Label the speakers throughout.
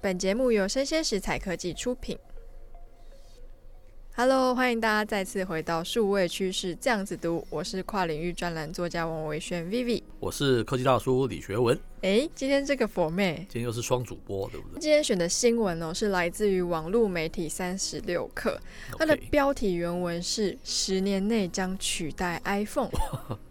Speaker 1: 本节目由生鲜食材科技出品。Hello，欢迎大家再次回到数位趋势这样子读，我是跨领域专栏作家王维轩 Vivi。
Speaker 2: 我是科技大叔李学文，
Speaker 1: 诶，今天这个佛妹，
Speaker 2: 今天又是双主播，对不对
Speaker 1: 今天选的新闻呢、是来自于网络媒体三十六氪，它的
Speaker 2: ？OK，
Speaker 1: 标题原文是“十年内将取代 iPhone”，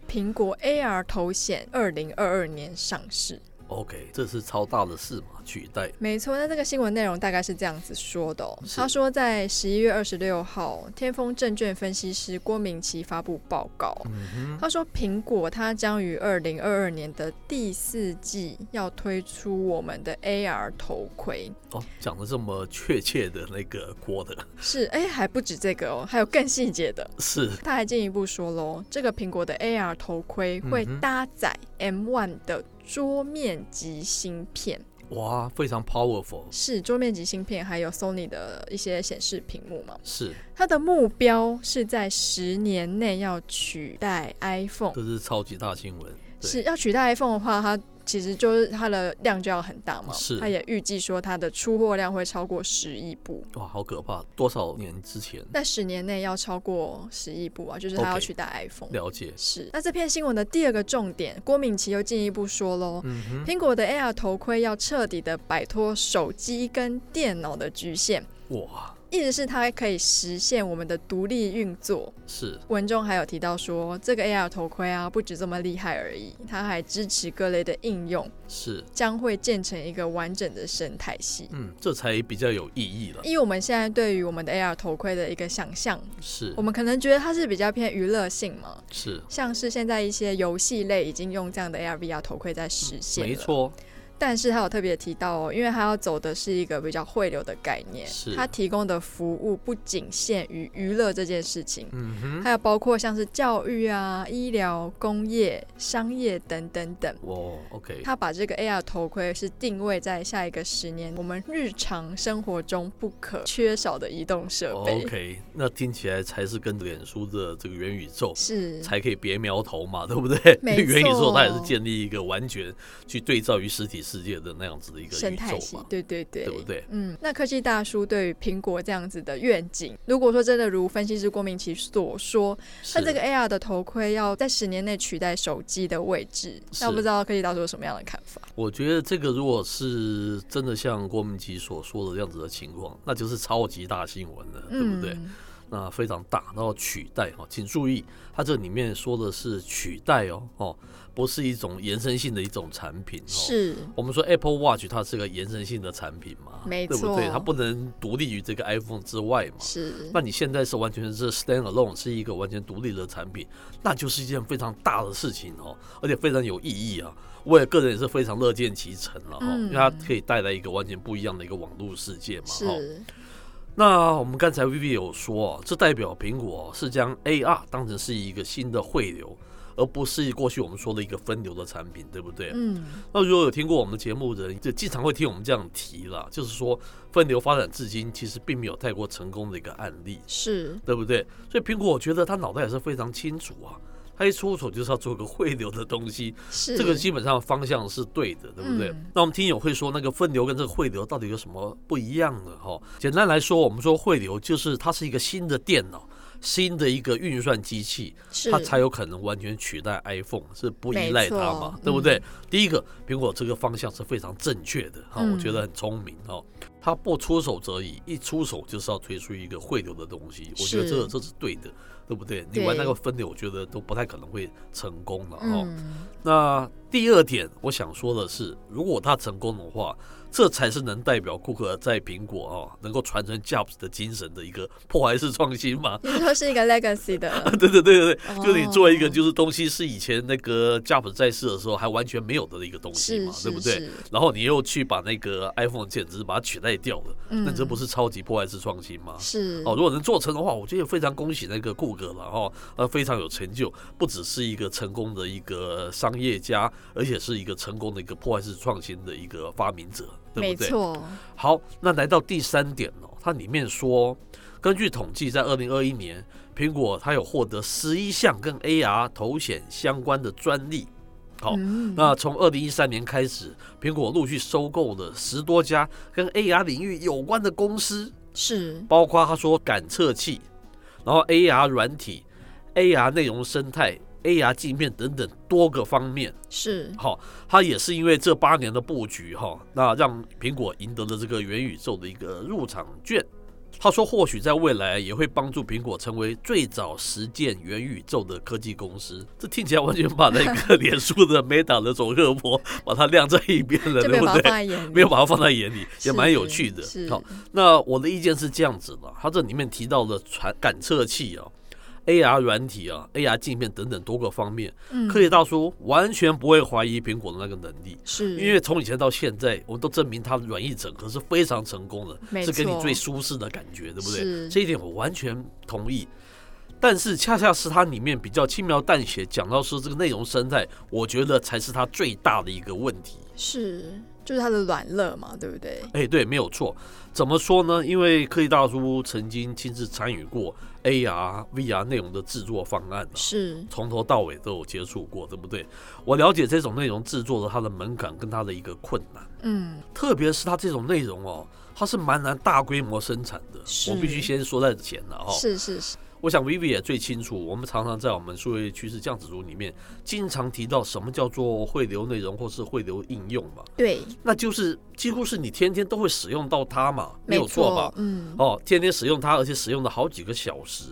Speaker 1: 苹果 AR 头显二零二二年上市。
Speaker 2: OK，这是超大的事嘛，取代
Speaker 1: 没错，那这个新闻内容大概是这样子说的、哦。
Speaker 2: 是
Speaker 1: 他说，在十一月二十六号，天风证券分析师郭明奇发布报告，
Speaker 2: 嗯
Speaker 1: 他说，苹果它将于二零二二年的第四季要推出我们的 AR 头盔。
Speaker 2: 哦，讲的这么确切的那个 quarter
Speaker 1: 是，哎，还不止这个哦，还有更细节的。
Speaker 2: 是
Speaker 1: 他还进一步说喽，这个苹果的 AR 头盔会
Speaker 2: 嗯哼
Speaker 1: 搭载 M1 的桌面级芯片。
Speaker 2: 哇，非常 powerful，
Speaker 1: 是桌面级芯片，还有 Sony 的一些显示屏幕嘛。
Speaker 2: 是，
Speaker 1: 它的目标是在十年内要取代 iPhone，
Speaker 2: 这是超级大新闻，对
Speaker 1: 是要取代 iPhone 的话，它其实就是它的量就要很大嘛。
Speaker 2: 是
Speaker 1: 它也预计说它的出货量会超过十亿部，
Speaker 2: 哇，好可怕，多少年之前
Speaker 1: 在十年内要超过十亿部啊，就是它要
Speaker 2: OK
Speaker 1: 取代 iPhone。
Speaker 2: 了解，
Speaker 1: 是，那这篇新闻的第二个重点，郭敏琪又进一步说喽，
Speaker 2: 嗯哼，
Speaker 1: 苹果的 AR 头盔要彻底的摆脱手机跟电脑的局限，
Speaker 2: 哇，
Speaker 1: 一直是它可以实现我们的独立运作。
Speaker 2: 是
Speaker 1: 文中还有提到说，这个 AR 头盔啊，不止这么厉害而已，它还支持各类的应用，
Speaker 2: 是，
Speaker 1: 将会建成一个完整的生态系。
Speaker 2: 嗯，这才比较有意义了，
Speaker 1: 以我们现在对于我们的 AR 头盔的一个想象，
Speaker 2: 是
Speaker 1: 我们可能觉得它是比较偏娱乐性嘛，
Speaker 2: 是，
Speaker 1: 像是现在一些游戏类已经用这样的 AR VR 头盔在实现、
Speaker 2: 嗯没。错，
Speaker 1: 但是它有特别提到哦，因为它要走的是一个比较汇流的概念
Speaker 2: 是，
Speaker 1: 它提供的服务不仅限于娱乐这件事情，
Speaker 2: 嗯哼，
Speaker 1: 还有包括像是教育啊、医疗、工业、商业等等等。
Speaker 2: 哇，OK，哦
Speaker 1: 它把这个 AR 头盔是定位在下一个十年我们日常生活中不可缺少的移动设备。
Speaker 2: 哦 OK，那听起来才是跟脸书的这个元宇宙
Speaker 1: 是，
Speaker 2: 才可以别苗 头嘛，对不对？
Speaker 1: 没
Speaker 2: 因为元宇宙它也
Speaker 1: 错
Speaker 2: 是建立一个完全去对照于实体世界的那样子的一个
Speaker 1: 生
Speaker 2: 宇
Speaker 1: 态系
Speaker 2: 宙嘛，，
Speaker 1: 对对对，
Speaker 2: 对不对
Speaker 1: 嗯，那科技大叔对于苹果这样子的愿景，如果说真的如分析师郭明奇所说，
Speaker 2: 是
Speaker 1: 那这个 AR 的头盔要在十年内取代手机的位置，那
Speaker 2: 是
Speaker 1: 不知道科技大叔有什么样的看法？
Speaker 2: 我觉得这个如果是真的像郭明奇所说的这样子的情况，那就是超级大新闻了，对不对？哦
Speaker 1: 嗯？
Speaker 2: 那非常大，然后取代哦，请注意，它这里面说的是取代哦，哦，不是一种延伸性的一种产品哦。
Speaker 1: 是，
Speaker 2: 我们说 Apple Watch 它是个延伸性的产品嘛，
Speaker 1: 没
Speaker 2: 对
Speaker 1: 错
Speaker 2: 不对？它不能独立于这个 iPhone 之外嘛。
Speaker 1: 是，
Speaker 2: 那你现在是完全是 stand alone，是一个完全独立的产品，那就是一件非常大的事情哦，而且非常有意义啊。我也个人也是非常乐见其成了哈、哦，
Speaker 1: 嗯
Speaker 2: 因为它可以带来一个完全不一样的一个网络世界嘛。哦
Speaker 1: 是，
Speaker 2: 那我们刚才 Vivi 有说哦，这代表苹果是将 AR 当成是一个新的汇流，而不是过去我们说的一个分流的产品，对不对？
Speaker 1: 嗯，
Speaker 2: 那如果有听过我们节目的人，就经常会听我们这样提啦，就是说分流发展至今其实并没有太过成功的一个案例，
Speaker 1: 是，
Speaker 2: 对不对？所以苹果我觉得他脑袋也是非常清楚啊，他一出手就是要做个汇流的东西，
Speaker 1: 是，
Speaker 2: 这个基本上方向是对的，对不对？
Speaker 1: 嗯
Speaker 2: 那我们听友会说那个分流跟这个汇流到底有什么不一样呢？哈、简单来说，我们说汇流就是它是一个新的电脑。新的一个运算机器，
Speaker 1: 是
Speaker 2: 它才有可能完全取代 iPhone，是不依
Speaker 1: 没
Speaker 2: 赖
Speaker 1: 错
Speaker 2: 它嘛
Speaker 1: 嗯，
Speaker 2: 对不对？第一个，苹果这个方向是非常正确的哈、
Speaker 1: 嗯
Speaker 2: 我觉得很聪明哦。它不出手则已，一出手就是要推出一个汇流的东西，我觉得
Speaker 1: 是
Speaker 2: 这个这是对的，对不对？你
Speaker 1: 对
Speaker 2: 玩那个分流，我觉得都不太可能会成功了哦。
Speaker 1: 嗯，
Speaker 2: 那第二点，我想说的是，如果他成功的话，这才是能代表库克在苹果啊、哦、能够传承 Jobs 的精神的一个破坏式创新嘛。
Speaker 1: 你说是一个 legacy 的
Speaker 2: 对对对对
Speaker 1: 哦
Speaker 2: 对，就你做一个就是东西是以前那个 Jobs 在世的时候还完全没有的一个东西
Speaker 1: 是
Speaker 2: 嘛，对
Speaker 1: 是
Speaker 2: 不对？
Speaker 1: 是，
Speaker 2: 然后你又去把那个 iPhone 简直把它取代掉了，那这不
Speaker 1: 是
Speaker 2: 是超级破坏式创新吗？
Speaker 1: 嗯是
Speaker 2: 哦，如果能做成的话，我觉得非常恭喜那个库克了哈、哦，呃，非常有成就，不只是一个成功的一个商业家，而且是一个成功的一个破坏式创新的一个发明者，对
Speaker 1: 没
Speaker 2: 不对？
Speaker 1: 错，
Speaker 2: 好，那来到第三点哦，它里面说，根据统计，在二零二一年，苹果它有获得十一项跟 AR 头显相关的专利。好、
Speaker 1: 嗯
Speaker 2: 那从二零一三年开始，苹果陆续收购了十多家跟 AR 领域有关的公司，
Speaker 1: 是
Speaker 2: 包括他说感测器，然后 AR 软体、AR 内容生态、AR 镜片等等多个方面。
Speaker 1: 是
Speaker 2: 好、它也是因为这八年的布局哈、那让苹果赢得了这个元宇宙的一个入场券。他说，或许在未来也会帮助苹果成为最早实践元宇宙的科技公司。这听起来完全把那 个脸书的 Meta 的总热播把它晾在一边了，
Speaker 1: 就
Speaker 2: 对
Speaker 1: 没有
Speaker 2: 不
Speaker 1: 把它
Speaker 2: 对
Speaker 1: 放？在眼里，
Speaker 2: 没有把它放在眼里，也蛮有
Speaker 1: 是
Speaker 2: 趣的。
Speaker 1: 是
Speaker 2: 好，那我的意见是这样子的，它这里面提到的传感测器啊、AR 软体啊、AR 镜片等等多个方面，
Speaker 1: 嗯
Speaker 2: 科技大叔完全不会怀疑苹果的那个能力。
Speaker 1: 是
Speaker 2: 因为从以前到现在，我们都证明它的软硬整合是非常成功的，
Speaker 1: 没
Speaker 2: 是给你
Speaker 1: 错
Speaker 2: 最舒适的感觉，对不对？
Speaker 1: 是
Speaker 2: 这一点我完全同意。但是恰恰是它里面比较轻描淡写讲到说这个内容生态，我觉得才是它最大的一个问题。
Speaker 1: 是就是它的软肋嘛，对不对？
Speaker 2: 哎，对，没有错。怎么说呢？因为科技大叔曾经亲自参与过 AR、VR 内容的制作方案、啊，
Speaker 1: 是
Speaker 2: 从头到尾都有接触过，对不对？我了解这种内容制作的它的门槛跟它的一个困难，
Speaker 1: 嗯
Speaker 2: 特别是它这种内容哦，它是蛮难大规模生产的。
Speaker 1: 是
Speaker 2: 我必须先说在前了哦。
Speaker 1: 是是是
Speaker 2: 我想 Vivi 也最清楚，我们常常在我们数位趋势降子读里面经常提到什么叫做汇流内容或是汇流应用嘛。
Speaker 1: 对，
Speaker 2: 那就是几乎是你天天都会使用到它嘛，
Speaker 1: 没
Speaker 2: 没有错吧？
Speaker 1: 嗯
Speaker 2: 哦，天天使用它，而且使用了好几个小时，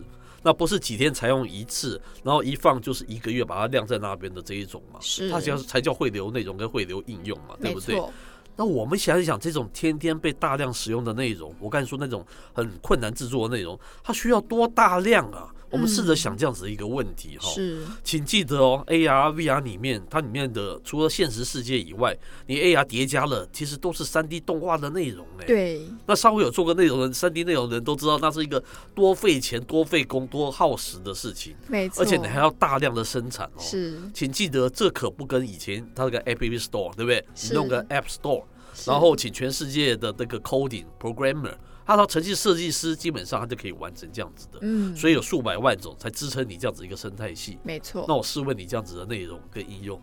Speaker 2: 那不是几天才用一次，然后一放就是一个月把它晾在那边的这一种嘛，
Speaker 1: 是
Speaker 2: 它叫才叫汇流内容跟汇流应用嘛，对
Speaker 1: 没
Speaker 2: 不对？
Speaker 1: 错，
Speaker 2: 那我们想一想，这种天天被大量使用的内容，我刚才说那种很困难制作的内容，它需要多大量啊？我们试着
Speaker 1: 嗯
Speaker 2: 想这样子的一个问题哈、
Speaker 1: 是
Speaker 2: 请记得哦，AR、VR 里面它里面的除了现实世界以外，你 AR 叠加了，其实都是3 D 动画的内容哎。。
Speaker 1: 对
Speaker 2: 那稍微有做过内容的3 D 内容的人都知道，那是一个多费钱、多费工、多耗时的事情，
Speaker 1: 没错，
Speaker 2: 而且你还要大量的生产哦。。
Speaker 1: 是
Speaker 2: 请记得，这可不跟以前它那个 App Store 对不对？你
Speaker 1: 是
Speaker 2: 弄个 App Store，
Speaker 1: 是
Speaker 2: 然后请全世界的那个 coding programmer，他到程序设计师，基本上他就可以完成这样子的。
Speaker 1: 嗯，
Speaker 2: 所以有数百万种才支撑你这样子一个生态系。
Speaker 1: 没错
Speaker 2: 那，我试问你，这样子的内容跟应用，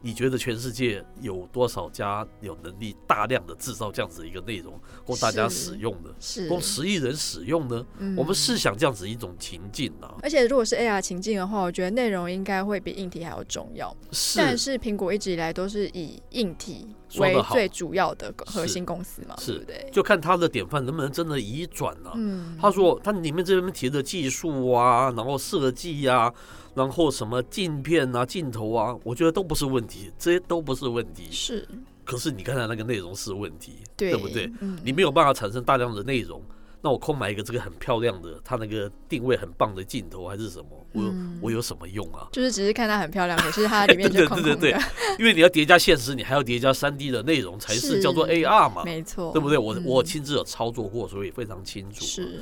Speaker 2: 你觉得全世界有多少家有能力大量的制造这样子一个内容供大家
Speaker 1: 是
Speaker 2: 使用呢？
Speaker 1: 是
Speaker 2: 供十亿人使用呢？
Speaker 1: 嗯
Speaker 2: 我们试想这样子一种情境啊，
Speaker 1: 而且如果是 AR 情境的话，我觉得内容应该会比硬体还要重要。但
Speaker 2: 是
Speaker 1: 是苹果一直以来都是以硬体
Speaker 2: 说得
Speaker 1: 为
Speaker 2: 好
Speaker 1: 最主要的核
Speaker 2: 是
Speaker 1: 心公司嘛，
Speaker 2: 是啊
Speaker 1: 对不对？
Speaker 2: 就看他的典范能不能真的移转啊。
Speaker 1: 嗯，
Speaker 2: 他说，他里面这边提的技术啊，然后设计啊，然后什么镜片啊、镜头啊，我觉得都不是问题，这些都不是问题。
Speaker 1: 是
Speaker 2: 可是你刚才那个内容是问题，
Speaker 1: 对，
Speaker 2: 不对？？
Speaker 1: 嗯，
Speaker 2: 你没有办法产生大量的内容，那我空买一个这个很漂亮的，它那个定位很棒的镜头还是什么，我有、
Speaker 1: 嗯？
Speaker 2: 我有什么用啊
Speaker 1: 就是只是看它很漂亮，可是它里面
Speaker 2: 对
Speaker 1: 就
Speaker 2: 对
Speaker 1: 空
Speaker 2: 对
Speaker 1: 空
Speaker 2: 对
Speaker 1: 的，
Speaker 2: 因为你要叠加现实，你还要叠加三 D 的内容，才是
Speaker 1: 是
Speaker 2: 叫做 AR 嘛，
Speaker 1: 没错，
Speaker 2: 对不对？我、
Speaker 1: 嗯
Speaker 2: 我亲自有操作过，所以非常清楚。
Speaker 1: 是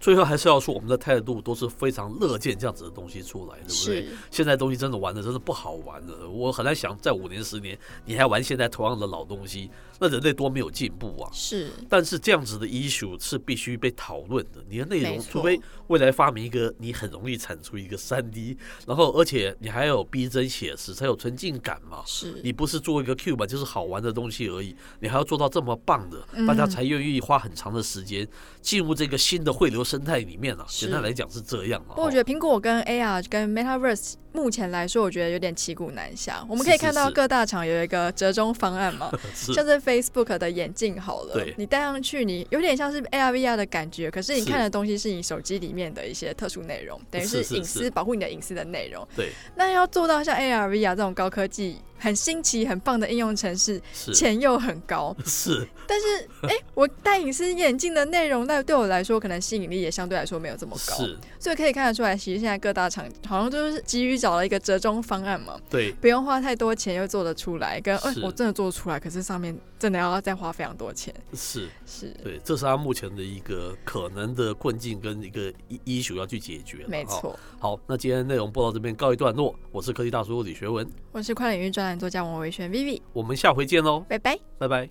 Speaker 2: 最后还是要说，我们的态度都是非常乐见这样子的东西出来，对不对？
Speaker 1: 是
Speaker 2: 现在东西真的玩的真的不好玩了，我很难想在五年十年你还玩现在同样的老东西，那人类多没有进步啊！
Speaker 1: 是
Speaker 2: 但是这样子的 issue 是必须被讨论的，你的内
Speaker 1: 没
Speaker 2: 容，
Speaker 1: 错
Speaker 2: 除非未来发明一个你很容易产出一个三 D，然后而且你还有逼真写实，才有沉浸感嘛。
Speaker 1: 是
Speaker 2: 你不是做一个 Q 版就是好玩的东西而已，你还要做到这么棒的，
Speaker 1: 嗯
Speaker 2: 大家才愿意花很长的时间进入这个新的汇流生态里面啊。
Speaker 1: 是
Speaker 2: 简单来讲是这样啊。
Speaker 1: 不过我觉得苹果跟 AR 跟 Metaverse 目前来说，我觉得有点骑虎难下。我们可以
Speaker 2: 是是
Speaker 1: 看到
Speaker 2: 是
Speaker 1: 各大厂有一个折中方案嘛，
Speaker 2: 得是
Speaker 1: 像是 Facebook 的眼镜好了
Speaker 2: 对，
Speaker 1: 你戴上去，你有点像是 AR VR 的感觉，可是你
Speaker 2: 是
Speaker 1: 看的东西是你手机里面的一些特殊内容，等于
Speaker 2: 是
Speaker 1: 是
Speaker 2: 是
Speaker 1: 隐
Speaker 2: 是
Speaker 1: 私保护你的隐私的内容。
Speaker 2: 对
Speaker 1: 那要做到像 AR VR 这种高科技、很新奇、很棒的应用程式，
Speaker 2: 是
Speaker 1: 钱又很 高，
Speaker 2: 是
Speaker 1: 但是哎、我戴隐私眼镜的内容，那对我来说可能吸引力也相对来说没有这么高，
Speaker 2: 是，
Speaker 1: 所以可以看得出来，其实现在各大厂好像就是急于找了一个折中方案嘛。
Speaker 2: 对
Speaker 1: 不用花太多钱又做得出来，跟哎、
Speaker 2: 是
Speaker 1: 我真的做得出来，可是上面真的要再花非常多钱，
Speaker 2: 是。
Speaker 1: 是
Speaker 2: 对，这是他目前的一个可能的困境跟一个医医学要去解决的。
Speaker 1: 没
Speaker 2: 哈。
Speaker 1: 错。
Speaker 2: 好，那今天内容播到这边告一段落，我是科技大叔李学文，
Speaker 1: 我是跨领域专栏作家王维轩 Vivi，
Speaker 2: 我们下回见喽，
Speaker 1: 拜拜。
Speaker 2: 拜拜。